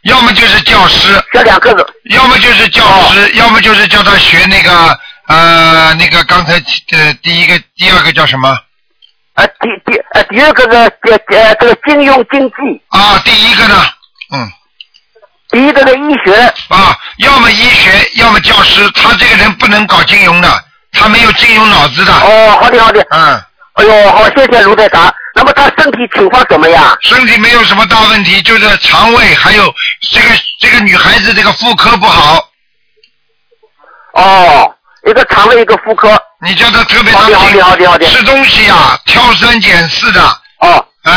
要么就是教师，这两个哦人要么就是教师，要么就是叫他学那个呃那个刚才提呃第一个第二个叫什么呃，第第呃第二个是呃呃这个金融经济，啊？第一个呢？嗯第一个是医学，啊，要么医学，要么教师，他这个人不能搞金融的，他没有金融脑子的。哦，好的好的，嗯，哎呦，好，谢谢卢队长。那么他身体情况怎么样？身体没有什么大问题，就是肠胃还有这个这个女孩子这个妇科不好，哦，一个肠胃，一个妇科。哦你叫她特别好当的，好的，心，好的，好的。吃东西啊挑三拣四的，哦，哎，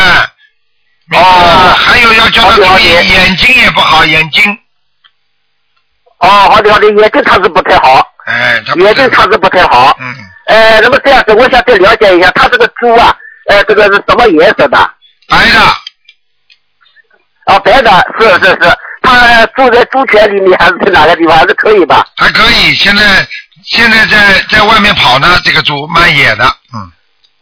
明白吗哦还有要叫她好的注好意的眼睛也不好，眼睛，哦，好的，好的。眼睛他是不太好，哎，她不眼睛是他是不太好。嗯，呃，那么这样子，我想再了解一下，他这个猪啊，呃，这个是什么颜色的？白的，哦，白的，是是是。他住在猪圈里面还是在哪个地方？还是可以吧？还可以，现在现在在在外面跑呢，这个猪蛮野的，嗯，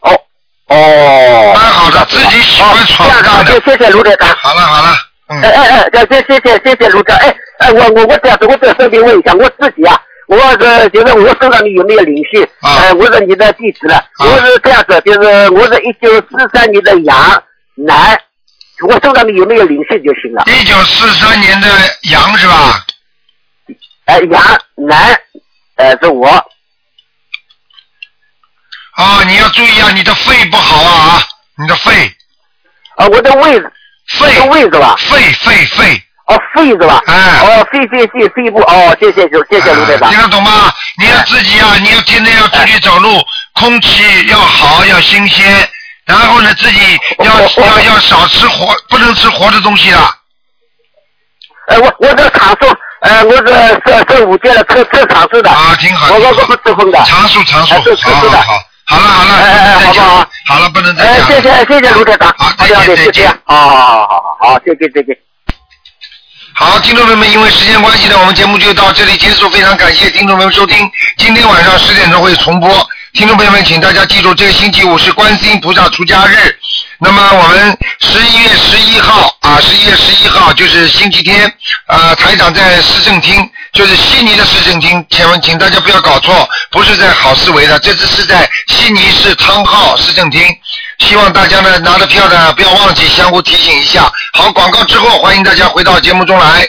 哦哦，蛮好的，自己喜哦欢这闯样荡子，的。谢谢谢卢队长。好了好了，嗯哎。哎哎，感谢谢谢谢谢卢长，哎哎，我我我这样子，我再顺便问一下我自己啊，我是就是我身上有没有灵性？啊哎，我是你的弟子了，啊我是这样子，就是我是一九四三年的羊男，我身上面有没有灵性就行了。一九四三年的羊是吧？哎，羊男，呃，是我。啊，你要注意啊，你的肺不好啊啊，你的肺啊，我的胃，我肺的胃是吧？肺肺肺，哦，肺是吧？哎哦，肺肺肺肺部，哦，谢谢谢谢卢队啊长听。得懂吗？你要自己嗯啊，你要天天要出去走路，空气要好，要新鲜，然后呢，自己要我我要要少吃活，不能吃活的东西了。呃，我我这厂数，呃，我是是是五届的测测厂数的。啊，挺好。我我我不吃荤的。常数常数，哎是是好好是的好，好了好了，哎哎哎不能再讲好不好好了，不能再哎，讲了。谢谢谢谢卢队长，好的再见好的，就再这样见，好好好好好，再见再见。好，听众朋友们，因为时间关系呢，我们节目就到这里结束。非常感谢听众朋友们收听，今天晚上十点钟会重播。听众朋友们，请大家记住，这个星期五是观世音菩萨出家日。那么我们十一月十一号啊，十一月十一号就是星期天，呃，台长在市政厅，就是悉尼的市政厅，请问请大家不要搞错，不是在好思维的，这次是在悉尼市汤浩市政厅。希望大家呢拿着票呢不要忘记相互提醒一下。好，广告之后欢迎大家回到节目中来。